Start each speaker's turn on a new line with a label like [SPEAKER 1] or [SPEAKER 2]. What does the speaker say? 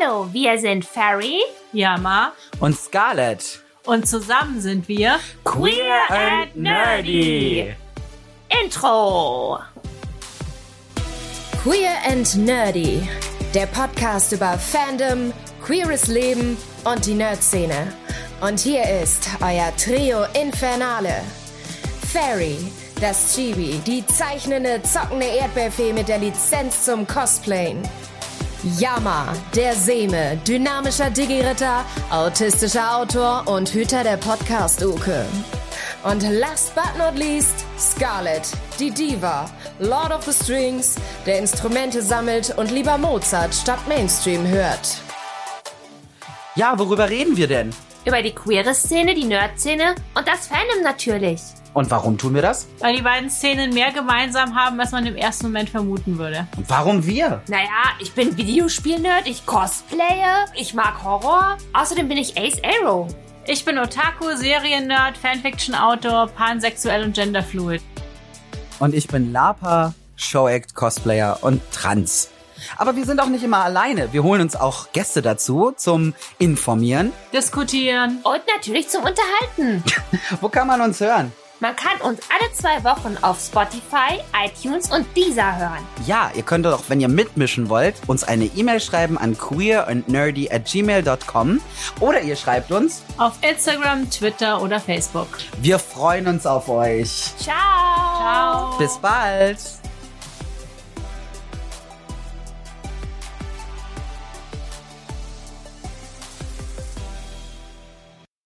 [SPEAKER 1] Hallo, wir sind Ferry.
[SPEAKER 2] Yama
[SPEAKER 3] und Scarlett.
[SPEAKER 2] und zusammen sind wir.
[SPEAKER 1] Queer and nerdy. Intro.
[SPEAKER 4] Queer and Nerdy, der Podcast über Fandom, queeres Leben und die Nerd-Szene. Und hier ist euer Trio Infernale. Fairy, das Chibi, die zeichnende, zockende Erdbeerfee mit der Lizenz zum Cosplayen. Yama, der Seme, dynamischer Digi-Ritter, autistischer Autor und Hüter der Podcast-Uke. Und last but not least, Scarlett, die Diva, Lord of the Strings, der Instrumente sammelt und lieber Mozart statt Mainstream hört.
[SPEAKER 3] Ja, worüber reden wir denn?
[SPEAKER 1] Über die queere Szene, die Nerd-Szene und das Fandom natürlich.
[SPEAKER 3] Und warum tun wir das?
[SPEAKER 2] Weil die beiden Szenen mehr gemeinsam haben, als man im ersten Moment vermuten würde.
[SPEAKER 3] Und warum wir?
[SPEAKER 1] Naja, ich bin Videospiel-Nerd, ich cosplaye, ich mag Horror. Außerdem bin ich Ace Arrow.
[SPEAKER 2] Ich bin Otaku, Seriennerd, Fanfiction-Autor, pansexuell und genderfluid.
[SPEAKER 3] Und ich bin Lapa, Showact, Cosplayer und Trans. Aber wir sind auch nicht immer alleine. Wir holen uns auch Gäste dazu zum Informieren.
[SPEAKER 2] Diskutieren.
[SPEAKER 1] Und natürlich zum Unterhalten.
[SPEAKER 3] Wo kann man uns hören?
[SPEAKER 1] Man kann uns alle zwei Wochen auf Spotify, iTunes und Deezer hören.
[SPEAKER 3] Ja, ihr könnt auch, wenn ihr mitmischen wollt, uns eine E-Mail schreiben an queerandnerdy at gmail.com oder ihr schreibt uns.
[SPEAKER 2] Auf Instagram, Twitter oder Facebook.
[SPEAKER 3] Wir freuen uns auf euch.
[SPEAKER 1] Ciao.
[SPEAKER 2] Ciao.
[SPEAKER 3] Bis bald.